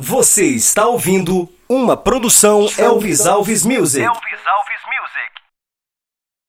Você está ouvindo uma produção Elvis Alves Music. Elvis